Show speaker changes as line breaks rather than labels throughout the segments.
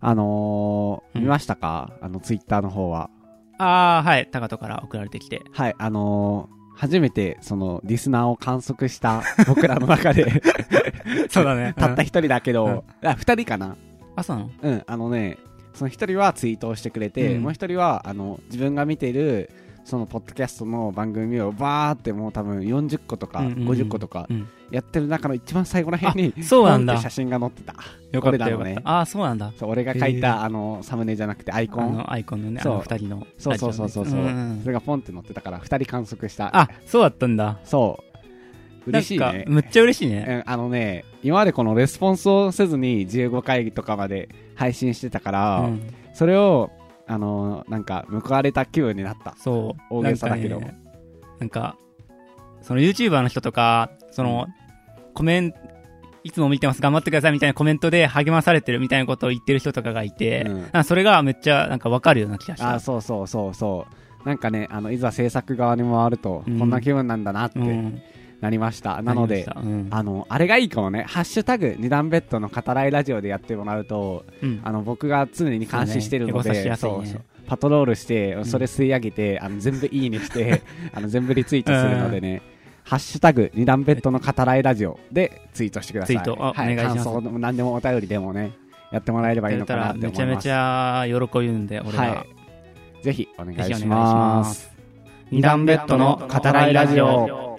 あのー
うん
見ましたかあの、ツイッターの方は。
ああ、はい。高門から送られてき て。
はい、あのー初めて、その、リスナーを観測 した僕らの中で、
そうだ ね
たった
う
一
ん
人だけど、あ、二人かな
あ、そうなの
うん、あのね、その一人はツイートをしてくれて、
うん
もう一人は、あの、自分が見てる、その、ポッドキャストの番組をバーってもう多分40個とか、
うんうんうん
50個とか
う、ん。
やってる中の一番最後らへんに、
そうなんだ
ポンって写真が載ってた。
よかっ
俺ら
たよ
の
かっ
ね
た。ああ、そうなんだ。
そう、俺が書いた、あの、サムネじゃなくてアイコ
あ
ン。
のアイコンのね、あ
そう
の二人のラジオ
そう
ね。
そうそうそう。そ
ん
うんそれがポンって載ってたから、二人観測した。
あ、そうだったんだ。
そう。嬉しい
なん
ね
か。むっちゃ嬉しいね。
うん、あのね、今までこのレスポンスをせずに15回とかまで配信してたから、
うん
それを、あのーなんか、報われた気分になった。
そう。
大げさだけど
なんか,、なんかその YouTuber の人とか、その、コメント、いつも見てます、頑張ってくださいみたいなコメントで励まされてるみたいなことを言ってる人とかがいて、
うん
なんかそれがめっちゃなんかわかるような気がし
あ
た。
ーそうそうそうそう。なんかね、あの、いざ制作側に回ると、
うん
こんな気分なんだなって
うん
なりました。なので
りま、したうん
あの、あれがいいかもね、ハッシュタグ、二段ベッドの語らいラジオでやってもらうと、
うん
あの、僕が常に監視してるの
そうねエゴサし
で、
やすいね
そうそうパトロールして、
ん
それ吸い上げて、あの、全部いいに して、あの、全部リツイートするのでね、ハッシュタグ、二段ベッドの語らいラジオでツイートしてください。
ツイートあ
は
お願いします
感想でも何でもお便りでもね、やってもらえればいいのかな
や
っ
れ
て
た
思
らめちゃ
い
め
ます。
ちゃ喜ぶんで、俺は。
はい。ぜひ、お願い
ぜひお願い
し
し
ま
ますす。。二段ベッドの語らいラジオ。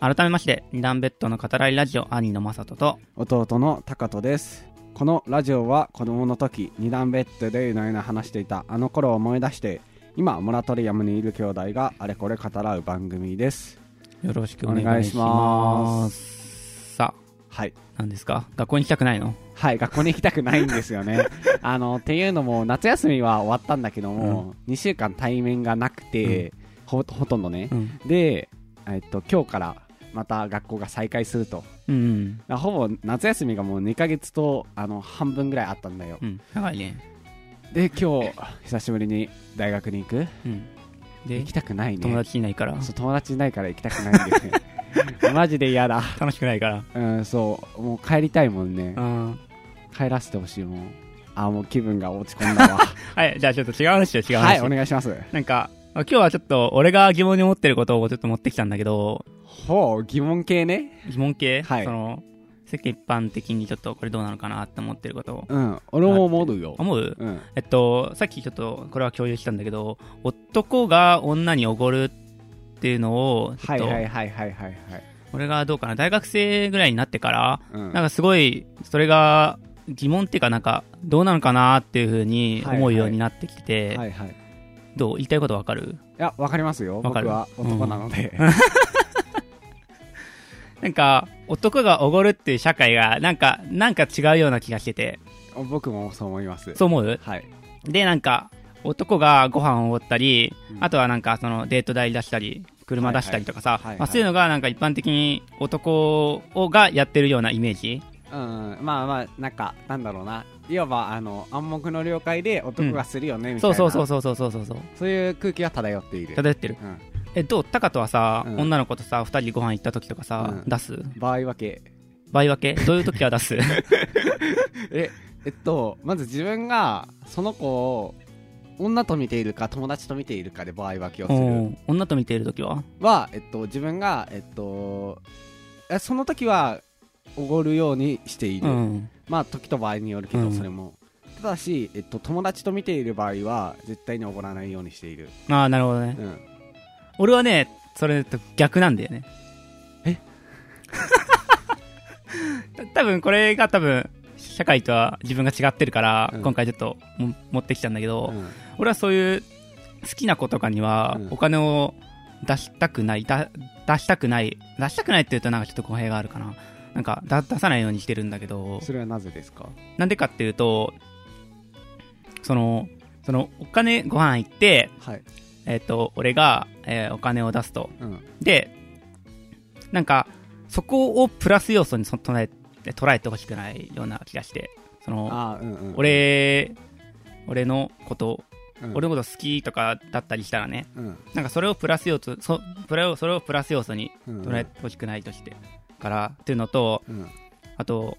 改めまして、二段ベッドの語らいラジオ、兄の正人と、
弟のタカトですこのラジオは子供の時二段ベッドでうなうな話していたあの頃を思い出して今モラトリアムにいる兄弟があれこれ語らう番組です
よろしく
お
お
願
願
い
い
し
し
ま
ます。さあ、
はい
何ですか学校に行きたくないの
はい学校に行きたくないんですよねあのっていうのも夏休みは終わったんだけども、2週間対面がなくて、ほほとんどね、
うん。
で、えっと、今日からまた学校が再開すると
うん。
だからほぼ夏休みがもう2ヶ月とあの半分ぐらいあったんだよ
うん。長いね。
で今日久しぶりに大学に行く
うん。で
行き、たくないね
友達いないから。
そう友達いないから行きたくないんです ねマジで嫌だ
楽しくないから。
うんそうもう帰りたいもんね
うん。
帰らせてほしいもんあーもう気分が落ち込んだわ
はい、じゃあちょっと違う話よ、 違う話。
はいお願いします
なんか、今日はちょっと俺が疑問に思ってることをちょっと持ってきたんだけど、
ほう疑問系ね
疑問系、
はい
その、世間一般的にちょっとこれどうなのかなって思ってることを。
うん俺も思うよ
思う
うん
えっと、さっきちょっとこれは共有したんだけど、男が女におごるっていうのを、ちょ
は
っ
い
と、
はいはいはいはいはい
俺がどうかな、大学生ぐらいになってから、
うん
なんかすごい、それが疑問っていうかなんか、どうなのかなっていうふうに思うようになってきて、
はいはいい
どう言いたいことわかる
やわかりますよ
わか
僕
る
は男なので
なんか、男がおごるっていう社会が、なんか、なんか違うような気がしてて、
僕もそう思います
そう思う
はい
で、なんか、男がご飯をおごったり、
うん
あとはなんか、その、デート代出したり、車出したりとかさ
はいはいはいは、い
まあそういうのが、なんか一般的に男をがやってるようなイメージ。
うんまあまあなんかなんだろうないわばあの暗黙の了解で男がするよねみたい
そう
な
そうそうそうそうそうそう。
そういう空気が漂っている。
漂ってる。
うん、
え、どうタカとはさ、
うん
女の子とさ、二人でご飯行った時とかさ、
うん
出す
場合分け。
倍分けどういう時は 出す
え、えっと、まず自分が、その子を、女と見ているか、友達と見ているかで場合分けをす
う
る。
ん女と見ている時は
は、えっと、自分が、えっと、えその時は、おごるようにしている。
うん。
まあ、時と場合によるけど、
うん
それも。ただし、えっと、友達と見ている場合は、絶対におごらないようにしている。
ああ、なるほどね
う。ん。
俺はね、それと逆なんだよね。
え
た 多分これが多分、社会とは自分が違ってるから、
うん
今回ちょっとも持ってきたんだけど、
うん
俺はそういう好きな子とかには
うん
お金を出したくない、だ出したくない、出したくないって言うとなんかちょっと語弊があるかな。なんかだ出さないようにしてるんだけど、
それはなぜですか
なんでかっていうと、その、そのお金ご飯行って、
はい。
えっ、と、俺が、えーお金を出すと。
うん。
で、なんか、そこをプラス要素にそ捉え捉えてほしくないような気がして、その、
ああ、うんうん。
俺、俺のこと
うん
俺のこと好きとかだったりしたらね
うん
なんかそれをプラス要素そプラそれをプラス要素に
うん
捉えてほしくないとしてからっていうのと
うんい
あと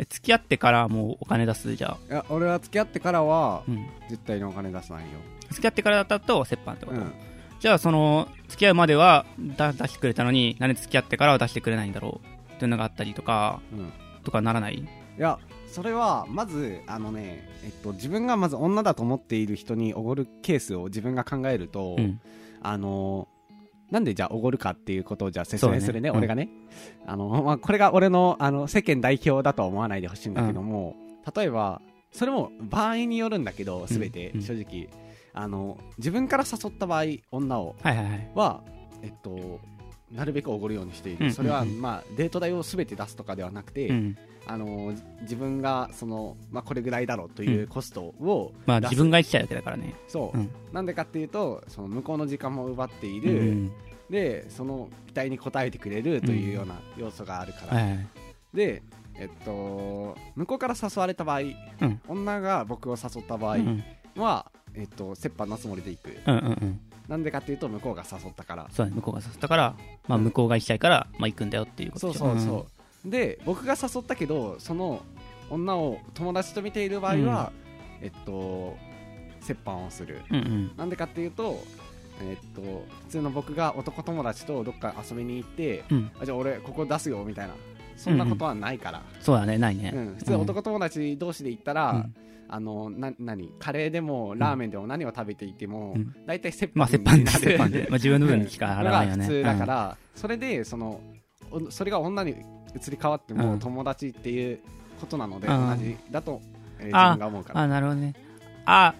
え付き合ってからもうお金出すじゃあ、
や俺は付き合ってからは
うん、
絶対にお金出さないよ
付き合ってからだったと折半ってこ
う
と、
ん
じゃあその付き合うまではだ出してくれたのになんで付き合ってからは出してくれないんだろうっていうのがあったりとか
うん
とかならない
いやそれはまずあのね、えっと、自分がまず女だと思っている人におごるケースを自分が考えると、
うん
あのなんでじゃあおごるかっていうことをじゃあ説明するね
そうねうん
俺がね、あのまあ、これが俺のあの世間代表だとは思わないでほしいんだけども、例えばそれも場合によるんだけど全て
うんうん
正直、あの自分から誘った場合女を
はいはいはい
は、えっと、なるべくおごるようにしている、
うん
それは、
うんうん
まあ、デート代を全て出すとかではなくて、
うん
あのじ自分がその、まあ、これぐらいだろうというコストを、
まあ
出す
自分が生きちゃうわけだからね
そう、
うん
なんでかっていうとその向こうの時間も奪っていうる、
ん
でその期待に応えてくれるというような要素があるから、
はいはい
でえっと向こうから誘われた場合、
ん
女が僕を誘った場合
うん
は、えっと折半のつもりで行く
うんうんうん
なんでかっていうと向こうが誘ったから
そうだね向こうが誘ったから、まあ、向こうが行きたいから、まあ、行くんだよっていうこと
そう
でしょ
そうそう、で僕が誘ったけどその女を友達と見ている場合は、えっと折半をする
うんうん
なんでかっていうとえっと普通の僕が男友達とどっか遊びに行って
うん
あじゃあ俺ここ出すよみたいなそんなことはないから、
そうだねない
うん
ね
普通男友達同士で行ったら、
うん
あのな何カレーでもラーメンでも何を食べていても、
うん
大体折
まあ
半
折半
に
で
な
折
る
半で、 まあ、自分の部分にしか払わない
の
よね
が普通だから、それでそのおそれが女に移り変わって
う
も
ん
友達っていうことなので、
うん
同じだと、えー
あ
自分が思う
う
か
ん、
ら
あなるほどねあ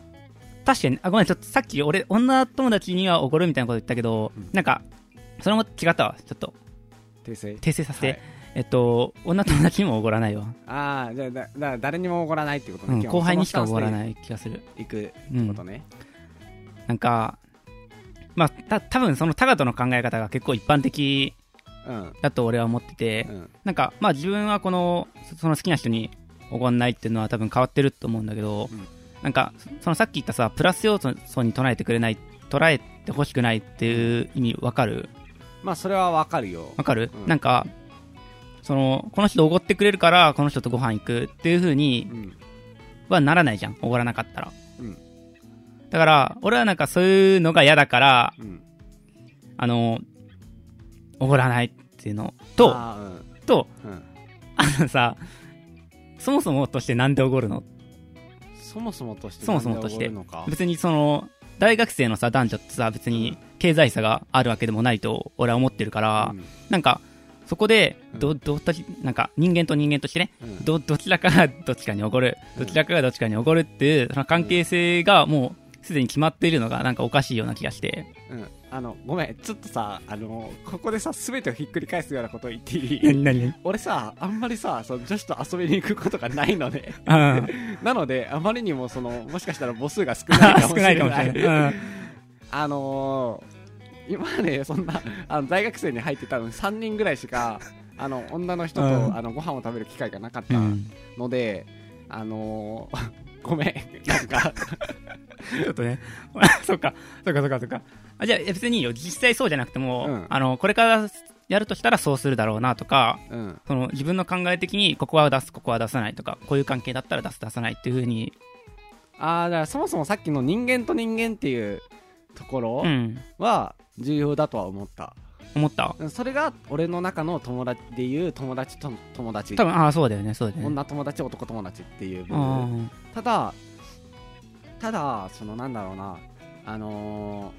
確かにあごめんちょっとさっき俺女友達には怒るみたいなこと言ったけど、
うん
なんかそれも違ったわちょっと
訂正
訂正させて、
はい
えっと女友達にも怒らないわ、
ああじゃあだだ誰にもおごらないってことね、
うん
基本
後輩にしか怒ら
い
ない気がする
行くって
うん
ことね、
なんかまあた多分そのタガトの考え方が結構一般的
うんうん
だと俺は思ってて、なんか、まあ自分はこの、そその好きな人におごんないっていうのは多分変わってると思うんだけど、
うん
なんか、そそのさっき言ったさ、プラス要素そうに捉えてくれない、捉えてほしくないっていう意味わかる
まあそれはわかるよ
わかる、
うん
なんか、その、この人おごってくれるから、この人とご飯行くっていう風に
うん
はならないじゃん、おごらなかったら。
うん
だから、俺はなんかそういうのが嫌だから、
うん
あの、おごらないっていうのと、
あーうん
と、
うん
あのさ、そもそもとしてなんでおごるの
そもそもとして
そもそもとして
なんでおごるのか
別にその、大学生のさ、男女ってさ、別に経済差があるわけでもないと俺は思ってるから、
うん
なんか、そこで、
うん
ど、どっち、なんか、人間と人間としてね、
うん
ど、どちらかが どっちかにおごる、
うん
どちらかがどっちかにおごるっていう、その関係性がもう、すでに決まっているのが、なんかおかしいような気がして。
うん、あのごめんちょっとさあのここでさ全てをひっくり返すようなことを言っていい
何何
俺さあんまりさその女子と遊びに行くことがないの で
うん。
なのであまりにもそのもしかしたら母数が少ないかもし
少
れ
な
ない
いかもしれない。うん。
あのー、今までそんなあの大学生に入ってたのに3人ぐらいしかあの女の人と、
うん
あのご飯を食べる機会がなかっ
う
た
ん
ので、あのー ごめんなんか
ちょっとね、 そっか、そっかそっかそっか。あじゃあ、いや別にいいよ。実際そうじゃなくても、
うん
あの、これからやるとしたらそうするだろうなとか、
うん
その自分の考え的に、ここは出す、ここは出さないとか、こういう関係だったら出す、出さないっていうふうに、
ああだからそもそもさっきの人間と人間っていうところ
うん、
は重要だとは思った、
思った。
それが俺の中の友達でいう友達と友達
多分、ああ、そうだよね、そうだよね。
女友達男友達っていう部
あ
分ただただそのなんだろうなあの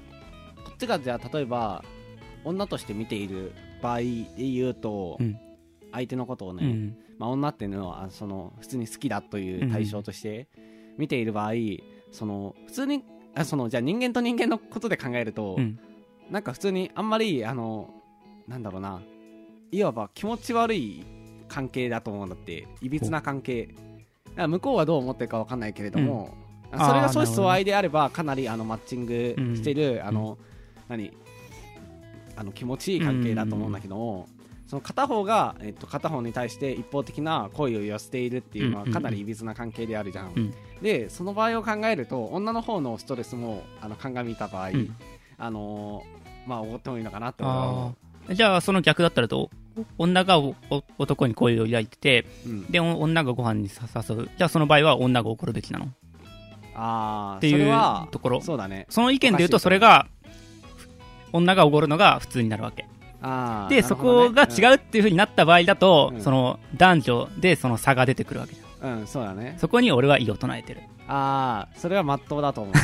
ーこっちがじゃあ例えば女として見ている場合で言うと、
うん
相手のことを
あ、
ね、
うん。
まあ、女っていうのはその普通に好きだという対象として見ている場合、その普通にあそのじゃあ人間と人間のことで考えると、
うん
なんか普通にあんまりあのなんだろうないわば気持ち悪い関係だと思うんだっていびつな関係だから向こうはどう思ってるかわかんないけれども、
ん
あそれ
あ
が
ー
相思
なるほど
相愛であればかなりあのマッチングしてる、あの何あの気持ちいい関係だと思うんだけども、その片方が、えっと、片方に対して一方的な好意を寄せているっていうのは
うんうん
かなりいびつな関係であるじゃん、
うん
でその場合を考えると女の方のストレスもあの鑑みた場合、
うん
あのーまあおごってもいいのかなってことは思
ああ。じゃあ、その逆だったらどう女がおお男に恋を抱いてて、
う、うん、
で、お女がご飯に誘う。じゃあ、その場合は女が怒るべきなのっ
ああ
てい
それ
う
は
ところ。そ
そうだね
の意見で言う
お
と、
かしいと
そ
思
れ
う
が、女がおごるのが普通になるわけ。
あー
で、そこが
なるほどね
違うっていうふうになった場合だと、
うん
その男女でその差が出てくるわけじゃん。
うん、うんそうだね
そこに俺は異を唱えてる。
ああそれはまっとうだと思う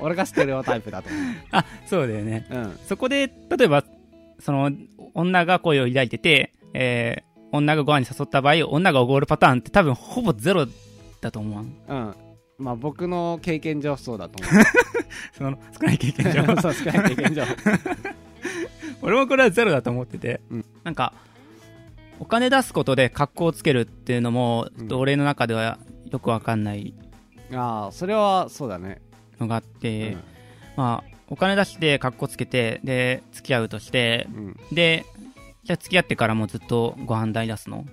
俺がステレオタイプだと思
あ、そうだよね。
ううん
そこで、例えば、その、女が恋を抱いてて、えー女がご飯に誘った場合、女がおごるパターンって多分ほぼゼロだと思わん。
うんまあ僕の経験上そうだと思う
その、少ない経験上。
そう少ない経験上
俺もこれはゼロだと思ってて、
うん
なんか、お金出すことで格好をつけるっていうのも、ちょっと俺の中ではよくわかんない
ああそれはそうだね、
のがあって、
うん
まあ、お金出して格好つけて、で、付き合うとして、
うん、
で、じゃあ付き合ってからもずっとご飯代出すの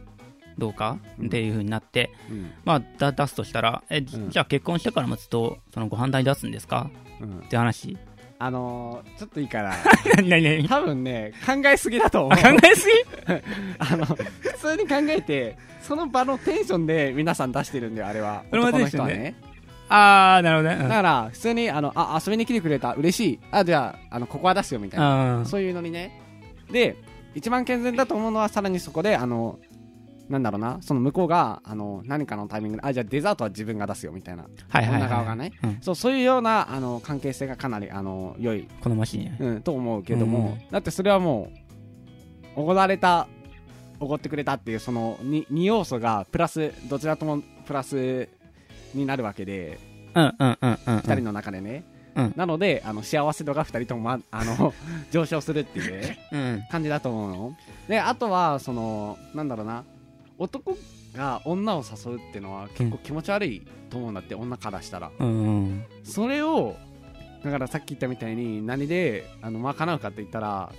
どうか
うん
っていう風になって、
うん
まあ、だ出すとしたら、え、
うん
じゃあ結婚してからもずっと、そのご飯代出すんですか
うん
っ て話。
あのー、ちょっといいかな
何何何
多分ね考えすぎだと思う
あ考え すぎ
あの普通に考えてその場のテンションで皆さん出してるんだよあれは
それも
男の
テンシ
人
ョン
は
ね
ね
あー、なるほどね
だから普通にあのあ遊びに来てくれた嬉しいあじゃああのここは出すよみたいな
うん。うん
そういうのにねで一番健全だと思うのはさらにそこであのなんだろうなその向こうがあの何かのタイミングであじゃあデザートは自分が出すよみたいな
はいはい、はい。
女側がね
うん
そうそういうようなあの関係性がかなりあの良い、
好ましいね。
うん、と思うけど
う
も、
ん
だってそれはもうおごられたおごってくれたっていうその 2, 2要素がプラスどちらともプラスになるわけで
うんうんうんうんうん。
2人の中でね、
うん
なのであの幸せ度が2人とも、ま、あ の上昇するっていうね
うん。
感じだと思うのであとはそのなんだろうな男が女を誘うっていうのは結構気持ち悪いと思うんだって、女からしたら
うんうん。
それをだからさっき言ったみたいに何であの賄うかって言ったら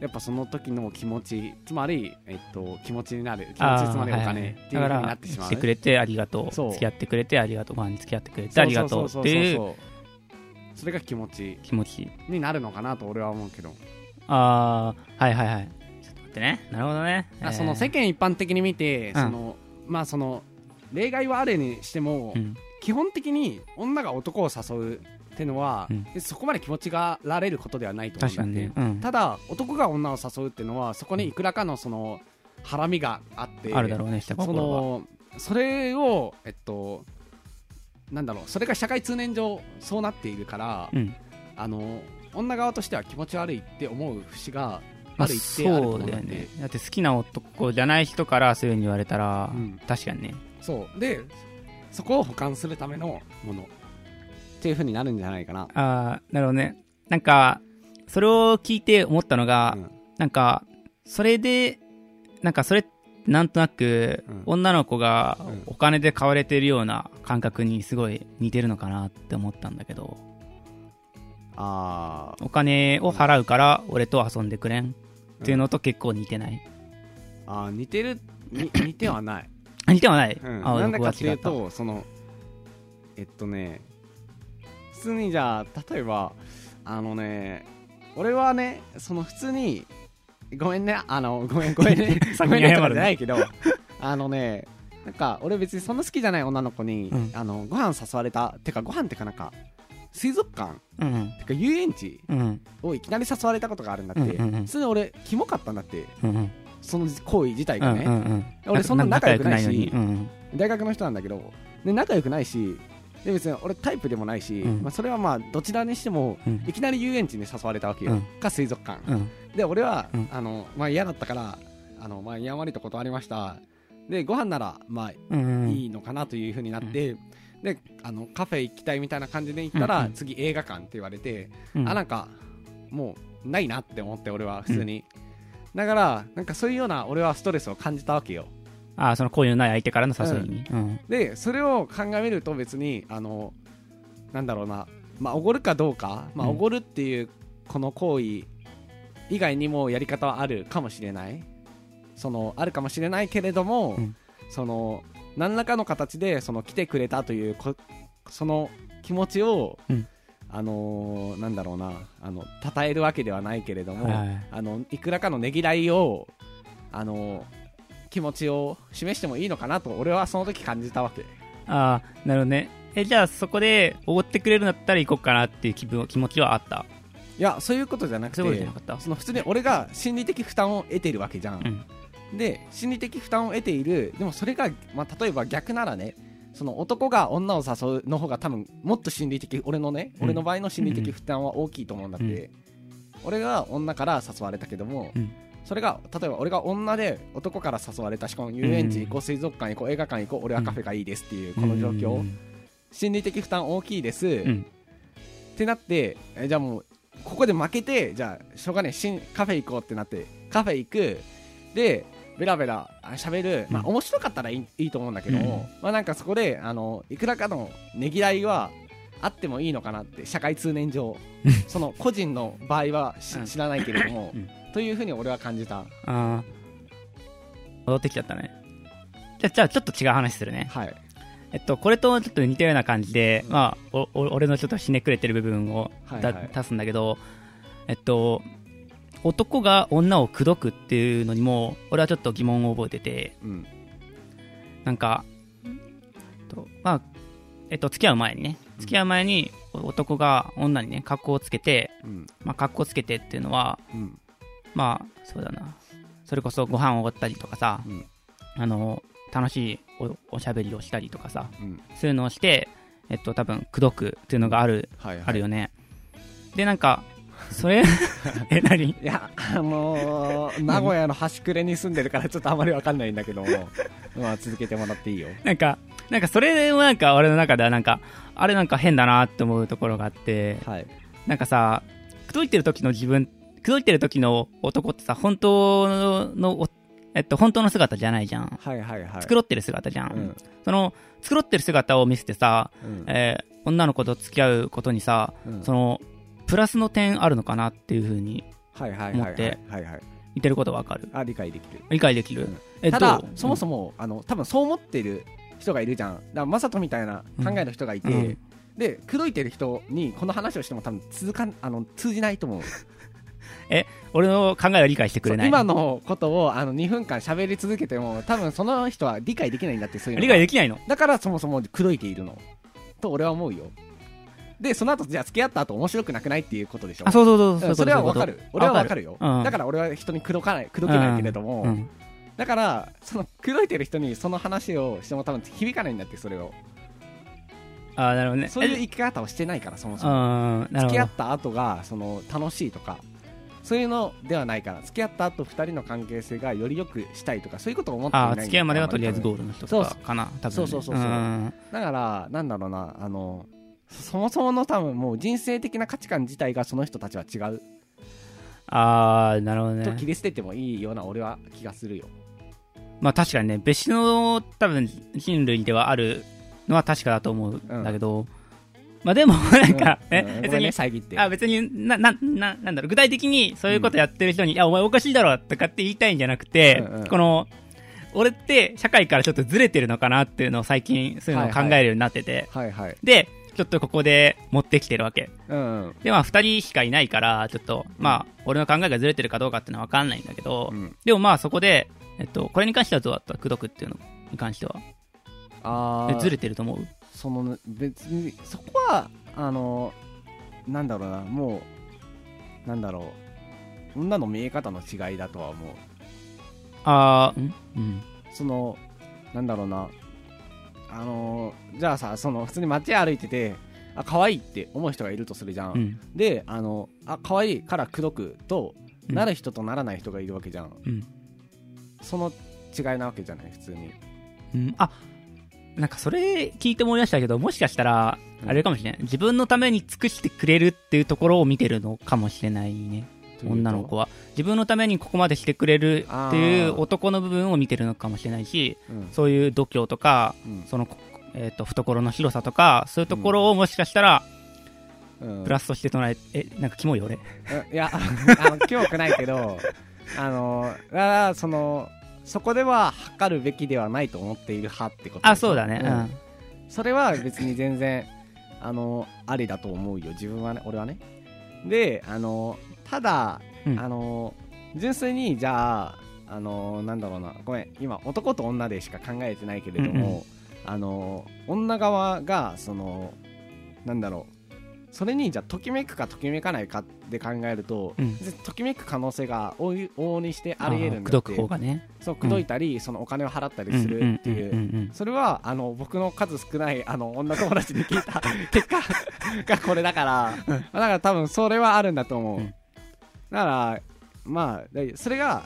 やっぱその時の気持ちつまり、えっと、気持ちになる気持
あ
ち
ー
つまりお
はいはい
金っていうふうになってしま
だか
う
ら来てくれてありがとう。
そう
付き合ってくれてありがとう。ご飯に付き合ってくれて
そ
あ
う
り
そ
が
うそ
と
う
う
そ
っ
う
ていう
そうそれが気持ち
気持ち。
になるのかなと俺は思うけど、
あー、はいはいはい。ちょっと待ってね。なるほどね。
だからその世
界
間一般的に見て、
ん
そのまあその例外はあれにしても、
うん。
基本的に女が男を誘うってのは、
う
そこまで気持ちがられることではないと思う
確
んだっ
か
て
にね。うん。
ただ男が女を誘うってのはそこにいくらかのそのハラミがあって
あるだろうね、下
そ
心は。
のそれをえっとなんだろうそれが社会通念上そうなっているから、
うん。
あの女側としては気持ち悪いって思う節があ
まあ、
る一定あると思
そ
う
うん
だ
だ
っ
よ
て、
ね。だって好きな男じゃない人からそういうふうに言われたら
うん、
確かにね。
そうでそこを補完するためのものっていうふうになるんじゃないかな
あー、なるほどね。なんか、それを聞いて思ったのが
うん、
なんか、それで、なんかそれ、なんとなく
うん、
女の子が
うん
お金で買われてるような感覚にすごい似てるのかなって思ったんだけど、
あー
お金を払うから俺と遊んでくれんっていうのと結構似てない。
あー似てるに似てはない
あ似てはない。
うん、
あ
なんだか
僕は
ってい
違
う
った。
とそのえっとね普通にじゃあ例えばあのね俺はねその普通にごめんねあのごめんごめんねご
先
めん
に謝るね
ねとかじゃないけどあのねなんか俺別にそんな好きじゃない女の子に、
うん
あのご飯誘われたてかご飯ってかなんか水族館
うん。
てか遊園地
うん。
をいきなり誘われたことがあるんだって、
うんうんうん
普通に俺キモかったんだって
うんうん。
その行為自体
うん
が
う
ね、
んうん、
俺そんな仲良くないし
仲良くないのに
大学の人なんだけどで仲良くないしで別に俺タイプでもないし、
うん
まあ、それはまあどちらにしても
うん
いきなり遊園地に誘われたわけよ、
うん
か水族館、
うんうん
で俺は、
うん
あのまあ、嫌だったからあの、まあ、やんわりと断りましたでご飯ならまあ
うんうん
いいのかなというふうになって、であのカフェ行きたいみたいな感じで行ったら、
うんうん
次映画館って言われて、
うん
あなんかもうないなって思って俺は普通に、だからなんかそういうような俺はストレスを感じたわけよ、
あその恋のない相手からの誘いに、うん
でそれを鑑みると別にあのなんだろうなまあおごるかどうかまあ
うん
おごるっていうこの行為以外にもやり方はあるかもしれないそのあるかもしれないけれども、
うん
その何らかの形でその来てくれたというこその気持ちを、
うん
あのーなんだろうなあの称えるわけではないけれども、
はい
あのいくらかのねぎらいをあのー気持ちを示してもいいのかなと俺はその時感じたわけ
ああ、なるほどね。え、じゃあそこで、おごってくれるんだったら行こうかなっていう気分、気持ちはあった。
いやそういうことじゃなくて
そういうことじゃなかった
その普通に俺が心理的負担を得ているわけじゃん
う、ん。
で心理的負担を得ているでもそれが、まあ、例えば逆ならねその男が女を誘うの方が多分もっと心理的俺のね、
うん
俺の場合の心理的負担は大きいと思うんだって、
うん
俺が女から誘われたけども、
うん
それが例えば俺が女で男から誘われたしかも遊園地行こう水族館行こう映画館行こう俺はカフェがいいですっていうこの状況、
うん
心理的負担大きいです、
うん。
ってなってえじゃあもうここで負けてじゃあしょうがねえしんカフェ行こうってなってカフェ行くでベラベラあ喋る、まあ
うん
面白かったらいいいいと思うんだけども、まあなんかそこであのいくらかのねぎらいはあってもいいのかなって社会通念上その個人の場合はし
うん
知らないけれども、
うん
というふうに俺は感じた
ああ。戻ってきちゃったね。じゃあ、じゃあちょっと違う話するね。
はい
えっと、これとちょっと似たような感じで、まあ、おお俺のちょっとひねくれてる部分をだ
はいはい
出すんだけど、えっと、男が女を口説くっていうのにも、俺はちょっと疑問を覚えてて、
うん
なんか、えっとまあ、えっと、付き合う前にね、付き合う前に男が女にね、格好をつけて、
うん
まあ、格好つけてっていうのは、
うん
まあ、そうだな、それこそご飯をおごったりとかさ、
うん
あの、楽しいおおしゃべりをしたりとかさ、
うん
そういうのをして、えっと、多分、口説くっていうのがある、
はいはい
あるよね。で、なんか、それ、え、何
いやあのー名古屋の端くれに住んでるからちょっとあまりわかんないんだ けどもまあ続けてもらっていいよ
なんか、なんかそれもなんか俺の中ではなんか、あれなんか変だなって思うところがあって、
はい
なんかさ、口説いてる時の自分、口説いてる時の男ってさ、本当の、おえっと、本当の姿じゃないじゃん。
はいはいはい。
繕ってる姿じゃん。
うん
その、繕ってる姿を見せてさ、
うん
えー女の子と付き合うことにさ、
うん
その、プラスの点あるのかなっていうふうに
はいはい
思
はいは
っ
い
て
はいはい。
言ってることわかる。
あ理解できてる。
理解でき
う
る。
ん
え
ただ
どう
そもそもあの多分そう思ってる人がいるじゃん。だからマサトみたいな考えの人がいて。
うん
で口説いてる人にこの話をしても多分続かんあの通じないと思う
俺の考えを理解してくれない。
今のことをあの2分間喋り続けても多分その人は理解できないんだってそういうの
理
が
解できないの。
だからそもそも口説いているのと俺は思うよでその後じゃあ付き合った後面白くなくないっていうことでしょ
あ、そうそうそう
う
そ
ん
う。
それは
ういう
わ
こと
かる。俺はわかるよ、
うん
だから俺は人に口説かない口説けないけれども、
うん。
だからその口説いてる人にその話をしても多分響かないんだってそれを
あーなるほどね。
そういう
え
生き方をしてないからそもそも
あーな
付
るほ
き合
ど
っ。た後がその楽しいとかそういうのではないから付き合った後二人の関係性がより良くしたいとかそういうことを思っていない
あー付き合うまではとりあえずゴ
ー
ールの人
そう
とかかな、多分ね。
そうそうそうそうんだからなんだろうなあのそもそもの多分もう人生的な価値観自体がその人たちは違う
あーなるほど
と
ね
切。り捨ててもいいような俺は気がするよ
まあ確かにね、別種の多分人類ではあるのは確かだと思うんだけど、まあでも、 なんか、
う
ね
んうん、ご
別
めんね
に、
遮って
あ別にな、な、な、なんだろう、具体的にそういうことやってる人に、いや、お前おかしいだろとかって言いたいんじゃなくて、
うんうん
この、俺って社会からちょっとずれてるのかなっていうのを最近、そういうのを考えるようになってて、
はいはい
で、ちょっとここで持ってきてるわけ。
うんうん
で、まあ、二人しかいないから、ちょっと、まあ、俺の考えがずれてるかどうかっていうのは分かんないんだけど、
うん
でもまあ、そこで、えっと、これに関してはどうだった口説くっていうのに関しては。
あ
え
ー
ずれてると思う
その別にそこはあのなんだろうなもうなんだろう女の見え方の違いだとは思う
ああ、んうん。
そのなんだろうなあのじゃあさその普通に街歩いててあ可愛いって思う人がいるとするじゃん、
うん。
であのあ可愛いから口説くと、
うん
なる人とならない人がいるわけじゃん
うん。
その違いなわけじゃない普通に
うん。あ、なんかそれ聞いて思い出したけど、もしかしたら、
うん
あれかもしれない。自分のために尽くしてくれるっていうところを見てるのかもしれないね。女の子
は、
は。自分のためにここまでしてくれるっていう男の部分を見てるのかもしれないし、
うん
そういう度胸とか、
うん
その、こえー、と懐の広さとかそういうところをもしかしたら
うん
プラスとして唱ええなんかキモい俺
うんいや、あの、記憶ないけど、あの、だからその、そこでは測るべきではないと思っている派ってこと
あ、そうだね。うん。
それは別に全然 あのありだと思うよ自分はね俺はねであのただ、
うん
あの純粋にじゃああのなんだろうなごめん今男と女でしか考えてないけれども、
うんうん
あの女側がそのなんだろうそれにじゃあときめくかときめかないかで考えると、
うん
ぜときめく可能性が往々往々にしてありえるんだ
くど
って
く方がね。
そう口説いたり、そのお金を払ったりするっていう,、
んんんん
それはあの僕の数少ないあの女友達に聞いた 結果がこれだから、まあ、だから多分それはあるんだと思う、
うん
だからまあでそれが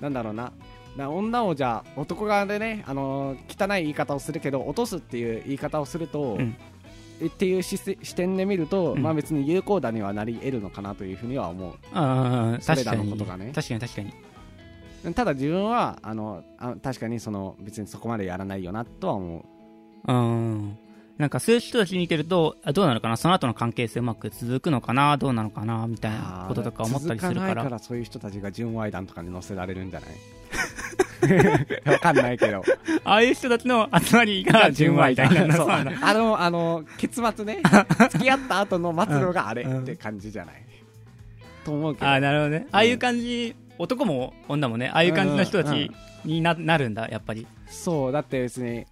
なんだろうなな女をじゃあ男側でねあの汚い言い方をするけど落とすっていう言い方をすると、
うん
えっていう視線視点で見ると、
うん
まあ別に有効打にはなり得るのかなというふうには思う
ああ、
それ
確
ら
か
の
に。
こと
確
が
か
ね
に確かに。
ただ自分はあのあ確かにその別にそこまでやらないよなとは思う
うん。なんかそういう人たち見てると、あどうなのかなその後の関係性うまく続くのかなどうなのかなみたいなこととか思ったりす
続
るか
ない
ら。
からそういう人たちが純愛団とかに載せられるんじゃ ないわかんないけど
ああいう人たちの集ま りが 純愛みたいな。
そ
そううなんだ。
あのあの結末 ね付き合った後の末路があれって感じじゃない、と思うけど
ああ、なるほどね。ああいう感じ、男も女もね、ああいう感じの人た
うんうん
ちにななるんだ、やっぱり。
そうだって別に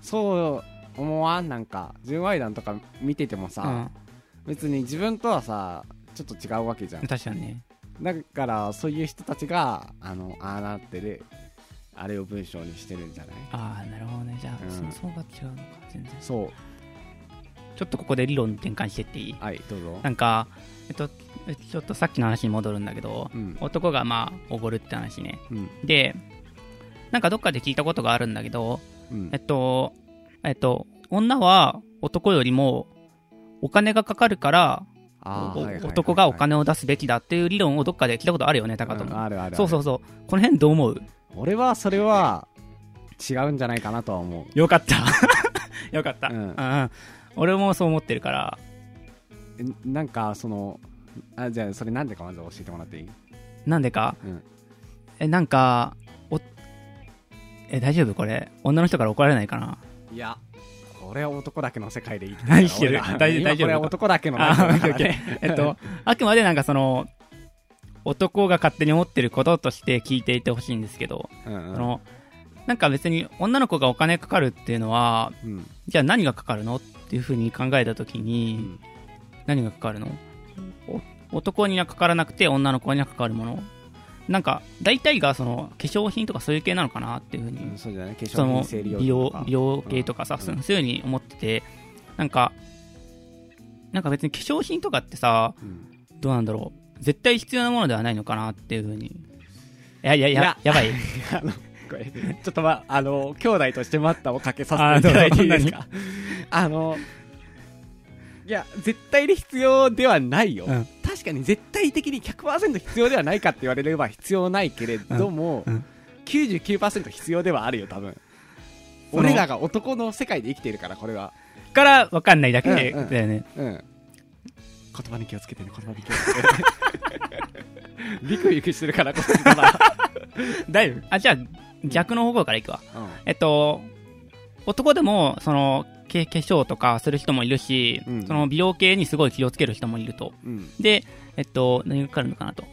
そう思わんなんか純愛団とか見てても
う
さ、
ん。
別に自分とはさちょっと違うわけじゃん
確かにね。
だからそういう人たちがあのああなってるあれを文章にしてるんじゃない
ああ、なるほどね。じゃあ、
うん
その層が違うのか、全然。
そう
ちょっとここで理論転換してっていい
はいどうぞ
なんか、えっと、えちょっとさっきの話に戻るんだけど、
うん
男がまあ、おごるって話ね。
うん
で、なんかどっかで聞いたことがあるんだけど、
うん
えっと、えっと、女は男よりもお金がかかるから、
あーは
お
いはいはいはい
男がお金を出すべきだっていう理論をどっかで聞いたことあるよね、高友。
うんあるあるある
そうそうそう。この辺どう思う
俺はそれは違うんじゃないかなとは思う
よかった。 よかった、
う
うんんうん。俺もそう思ってるから、
えなんかそのあじゃあそれなんでかまず教えてもらっていい
なんでか、
うん
え、なんか、お、え、大丈夫これ。女の人から怒られないかない
やこれは男だけの世界で生きて
生きてる
俺ら
大丈夫
今
大丈夫
これは男だけの
あ、オ
世
ッケ
界だ
ーオッ
か
ケ
らね
ー。えっと、あくまでなんかその、男が勝手に思ってることとして聞いていてほしいんですけど、
うん
そ
うん
の、なんか別に女の子がお金かかるっていうのは、
うん
じゃあ何がかかるのっていうふうに考えたとき
う
に、
ん
何がかかるのお男にはかからなくて女の子にはかかるものなんか大体がその化粧品とかそういう系なのかなっていうふうに、
うんそうじゃない化
そ
粧品
の
生理用品と
美容
か
美容系とかさ、
うん
そうそういうふうに思っててなんかなんか別に化粧品とかってさ
うん
どうなんだろう絶対必要なものではないのかなっていうふうにいやいやいや
いや
やばい
あのこれちょっとまああの兄弟として待ったをかけさ
あ
せていただいていい
どう
で
ぞ
すかあのいや絶対に必要ではないよ、
うん
確かに絶対的に100%必要ではないかって言われれば必要ないけれども、
うんうん
99%必要ではあるよ多分
その
俺らが男の世界で生きているからこれは
から分かんないだけで
うんうん
だよね、
うん言葉に気をつけてね言葉に気をつ けてねビクビクしてるからこそま だ、
だいぶあじゃあ逆の方向からいくわえっと、男でも、その、け化粧とかする人もいるし、
うん
その美容系にすごい気をつける人もいると。
うん
で、えっと、何がかかるのかなと。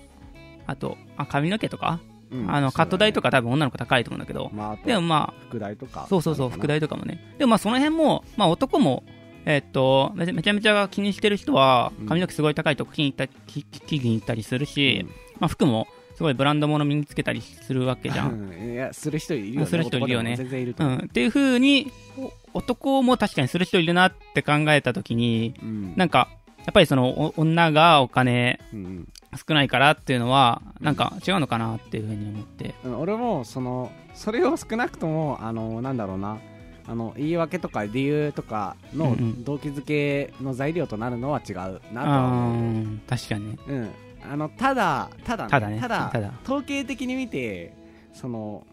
あと、あ髪の毛とか、
うん
あの、カット代と
か、
か多分女の子高いと思うんだけど、
まあ、あと
でもま
副題とか
あ、そうそうそう、
なの
副
かな
題とかもね。でもまあ、その辺も、まあ男も、えっと、めちゃめちゃめちゃ気にしてる人は
うん、
髪の毛すごい高いとこ気に入ったき気に入ったりするし、まあ服も、すごいブランドもの身につけたりするわけじゃん。
うん いやする人いるよね
する人いるよね
男でも全然いると
う
思
ん、
う
っていう風にお男も確かにする人いるなって考えた時に
うん
なんかやっぱりそのお女がお金
うん
少ないからっていうのはなんか違うのかなっていう風に思って
うん俺もそのそれを少なくともあのなんだろうなあの言い訳とか理由とか
うん
の
うん
動機づけの材料となるのは違うなと
あ
は思う
ー確かにね
うんあのただただね
ただね
ただ
ただ
統計的に見てその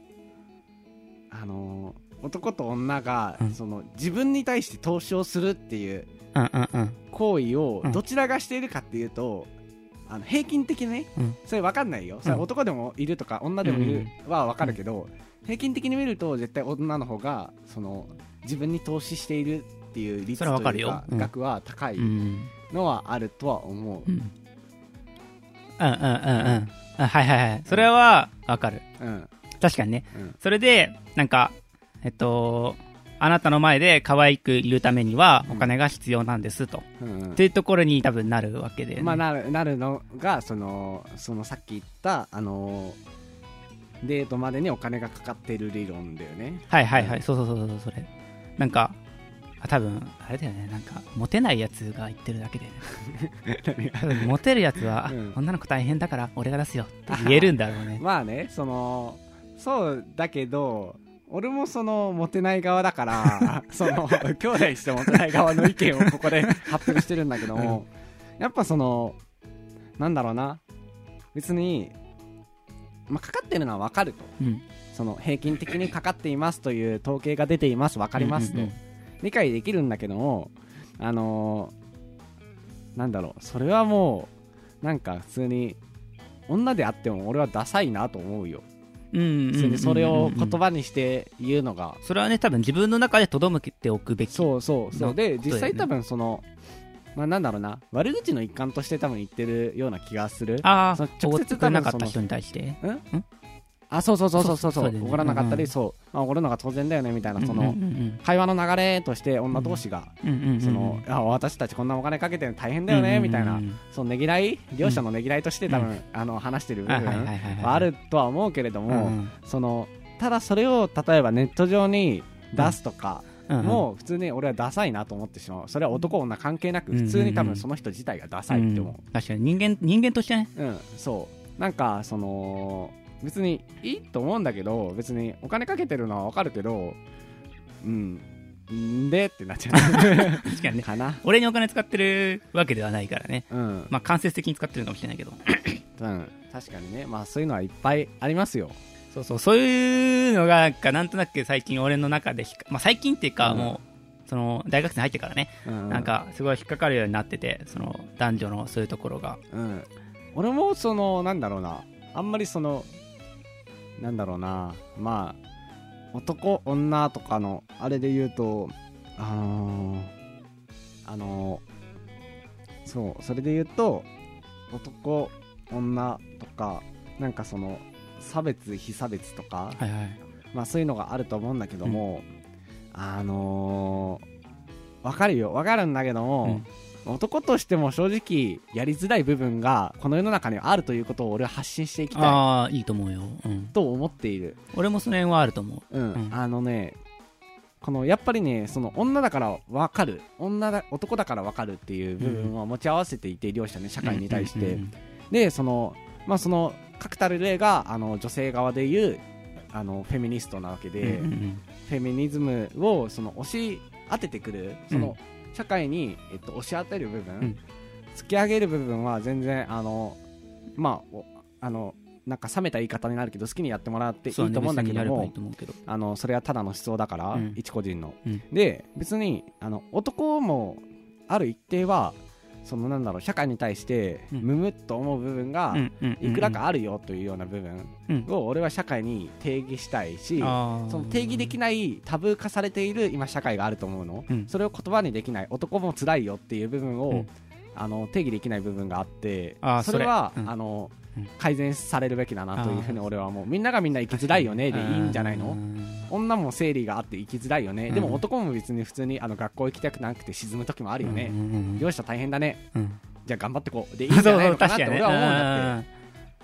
あの男と女が、
うん
その自分に対して投資をするっていう
うんうんうん
行為を
うん
どちらがしているかっていうと、あの平均的にね、
うん
それ分かんないよ、それ
うん
男でもいるとか女でもいるは分かるけど、平均的に見ると絶対女の方がその自分に投資しているっていう率
それは分か
と
る
いう
よ
か
うん
額は高い
うん。
のはあるとは思う、
うん。うんうんうんうん。あはいはいはい。それは、わかる。
うん
確かにね。
うん
それで、なんか、えっと、あなたの前で可愛くいるためにはお金が必要なんですと。っ
うんうん
ていうところに多分なるわけで、
まあ、なるなるのがそのそのさっき言った、あのーデートまでにお金がかかってる理論だよね
はいはいはい。そうそうそうそう、それ。なんか、あ多分あれだよね。なんか、モテないやつが言ってるだけで、ね。 多分モテるやつは、あ
うん
女の子大変だから俺が出すよって言えるんだろうね。
まあねそのそうだけど俺もそのモテない側だから その兄弟してモテない側の意見をここで発表してるんだけども、やっぱそのなんだろうな別に、まあ、かかってるのは分かると
うん。
その平均的にかかっていますという統計が出ています分かりますと、
うんうんうん
理解できるんだけどもあのーなんだろうそれはもうなんか普通に女であっても俺はダサいなと思うよ
うん
普通にそれを言葉にして言うのが、
それはね多分自分の中でとどめておくべき
そうそうそうで、
なことだよね
実際多分そのまあなんだろうな悪口の一環として多分言ってるような気がする
あ
そ
あ
う
お
直
ごっ
接
てくれなかった人に対して
あそうそうそうそうそうそ
そううだよね
怒らなかったり、
うん
そう、まあ、怒るのが当然だよねみたいなその、
の
会話の流れとして女同士が、そのあ私たちこんなお金かけてるの大変だよね、みたいなそのねぎらい両者のねぎらいとして多分、あの話してる部分はあ
あ
るとは思うけれども、
うん
そのただそれを例えばネット上に出すとか、
うん
もう普通に俺はダサいなと思ってしまうそれは男女関係なく
うん
普通に多分その人自体がダサいって思
ん確かに人間人間としてね
う、うんそうなんかその別にいいと思うんだけど別にお金かけてるのはわかるけどうんんでってなっちゃ
確かに
う
ね
かな
俺にお金使ってるわけではないからね
うん
まあ間接的に使ってるかもしれないけ ど
うん、確かにね、まあ、そういうのはいっぱいありますよ。
そうそうそういうのがなんかなんとなく最近俺の中で引っかまあ最近っていうか
うん
もうその大学生に入ってからね
うん、
なん、かすごい引っかかるようになっててその男女のそういうところが
うん、俺もそのなんだろうなあんまりそのなんだろうなまあ男女とかのあれで言うとあのーあのーそうそれで言うと男女とかなんかその差別非差別とか
はいはい
まあ、そういうのがあると思うんだけども、あのー、わかるよわかるんだけども、男としても正直やりづらい部分がこの世の中にはあるということを俺は発信していきた
ああいいと思うよ、うん
い、と思っている、
俺もその辺はあると思う
うん
うん
あのねこのやっぱりねその女だからわかる女だ男だからわかるっていう部分を持ち合わせていて、両者ね社会に対して、
うん
でそのまあその確たる例があの女性側でいうあのフェミニストなわけで、
うんうん
フェミニズムをその押し当ててくるその社会に、えっと、押し当てる部分、
うん
突き上げる部分は全然あのまあおあのなんか冷めた言い方になるけど好きにやってもらっていいと
そうね
思うんだけ
別に
ど
やればい
も
いと思うけど
あのそれはただの思想だから、
うん
一個人の、
うん
で別にあの男もある一定はそのなんだろう社会に対して
うん
ムムっと思う部分が
うんうんうん
いくらかあるよというような部分
うん
を俺は社会に定義したいし、
あー
その定義できないタブー化されている今社会があると思うの、
うん
それを言葉にできない男も辛いよっていう部分を、
うん
あの定義できない部分があって
あー
それは
それうん
あの
うん
改善されるべきだなというふうに俺はもうみんながみんな生きづらいよねでいいんじゃないの
うん
女も生理があって生きづらいよね、
うん
でも男も別に普通にあの学校行きたくなくて沈む時もあるよね
う、んうんうん
両者大変だね
うん
じゃあ頑張ってこうでいいんじゃないのかなって俺は思うんだって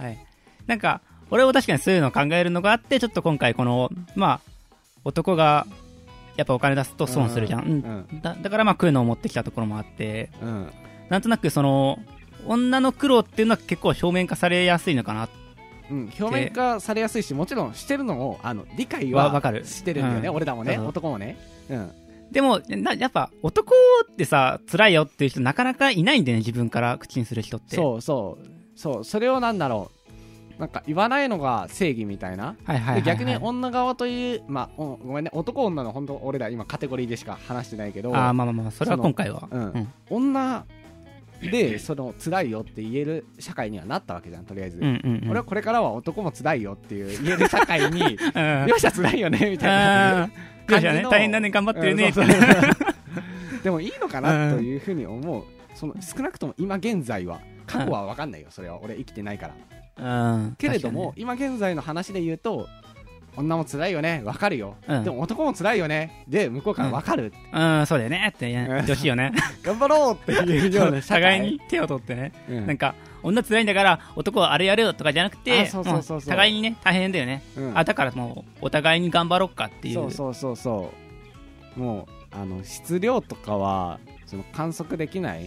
うんはいなんか俺も確かにそういうのを考えるのがあってちょっと今回このまあ男がやっぱお金出すと損するじゃん、うん
うん
だだからまあ食うのを持ってきたところもあって
うん
なんとなくその女の苦労っていうのは結構表面化されやすいのかなって
うん、表面化されやすいしもちろんしてるのもあの理解
わ
は
わかる
してるんだよね、
うん
俺らもね
そうそう
男もね、うん、
でもな、やっぱ男ってさ、辛いよっていう人なかなかいないんだよね、自分から口にする人って。
そうそうそうそれをなんだろうなんか言わないのが正義みたいな、
はいはいはいはい、
で逆に女側というまあおごめんね男女の本当俺ら今カテゴリーでしか話してないけど
あーまあまあまあ、それは今回は。
うん
うん
女でその辛いよって言える社会にはなったわけじゃんとりあえず、
うんうんうん。
俺はこれからは男も辛いよっていう言える社会に
うん。
両者辛いよねみたいな
あー両者
感じ
ね、
の
大変だね、頑張ってるね、
うんそうそう そうでもいいのかなというふうに思うその少なくとも今現在は過去は分かんないよそれは俺生きてないから
うん
けれども、、今現在の話で言うと女も辛いよね分かるよ、
うん
でも男も辛いよねで向こうから分かる、
確かにねうん、そうだよねって言ってほしい よね。
頑張ろうっていうよう な社会
互いに手を取ってね。
うん、
なんか、女辛いんだから、男はあれやれよとかじゃなく
あ
て、
そうそうそうそう
も互いにね、大変だよね。
うん
あ、だからもう、お互いに頑張ろっかっていう。
そうそうそうそうもうあの質量とかはその観測できない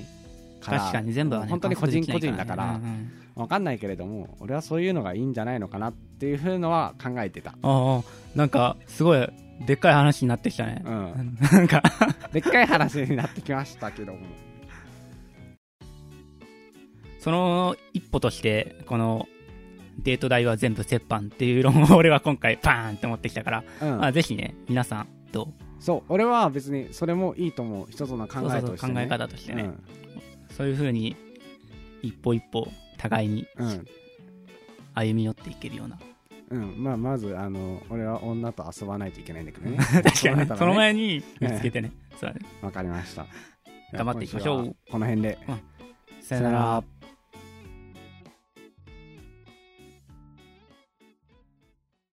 から
確かに全部はね、
本当に個人個人だから
うんうん
分かんないけれども俺はそういうのがいいんじゃないのかなっていうふうのは考えてた、
ああ、なんか、すごい、でっかい話になってきたね。
うん、
なんか、
でっかい話になってきましたけども
その一歩として、この、デート代は全部折半っていう論を俺は今回パーンって持ってきたから、
うん
まあ、ぜひね、皆さんと、
そう俺は別にそれもいいと思う一つの考え
そう
とし
そ
て、
う考
ね、
え方としてね、
うん
そういうふうに、一歩一歩、互いに
うん
歩み寄っていけるような。
うんまあ、まずあの俺は女と遊ばないといけないんだけどね
確かに、ね、その
前
前に見つけてね。そうだね
わかりました
頑張っていきましょ
じゃあ
う
今週はこの辺で
さよなら。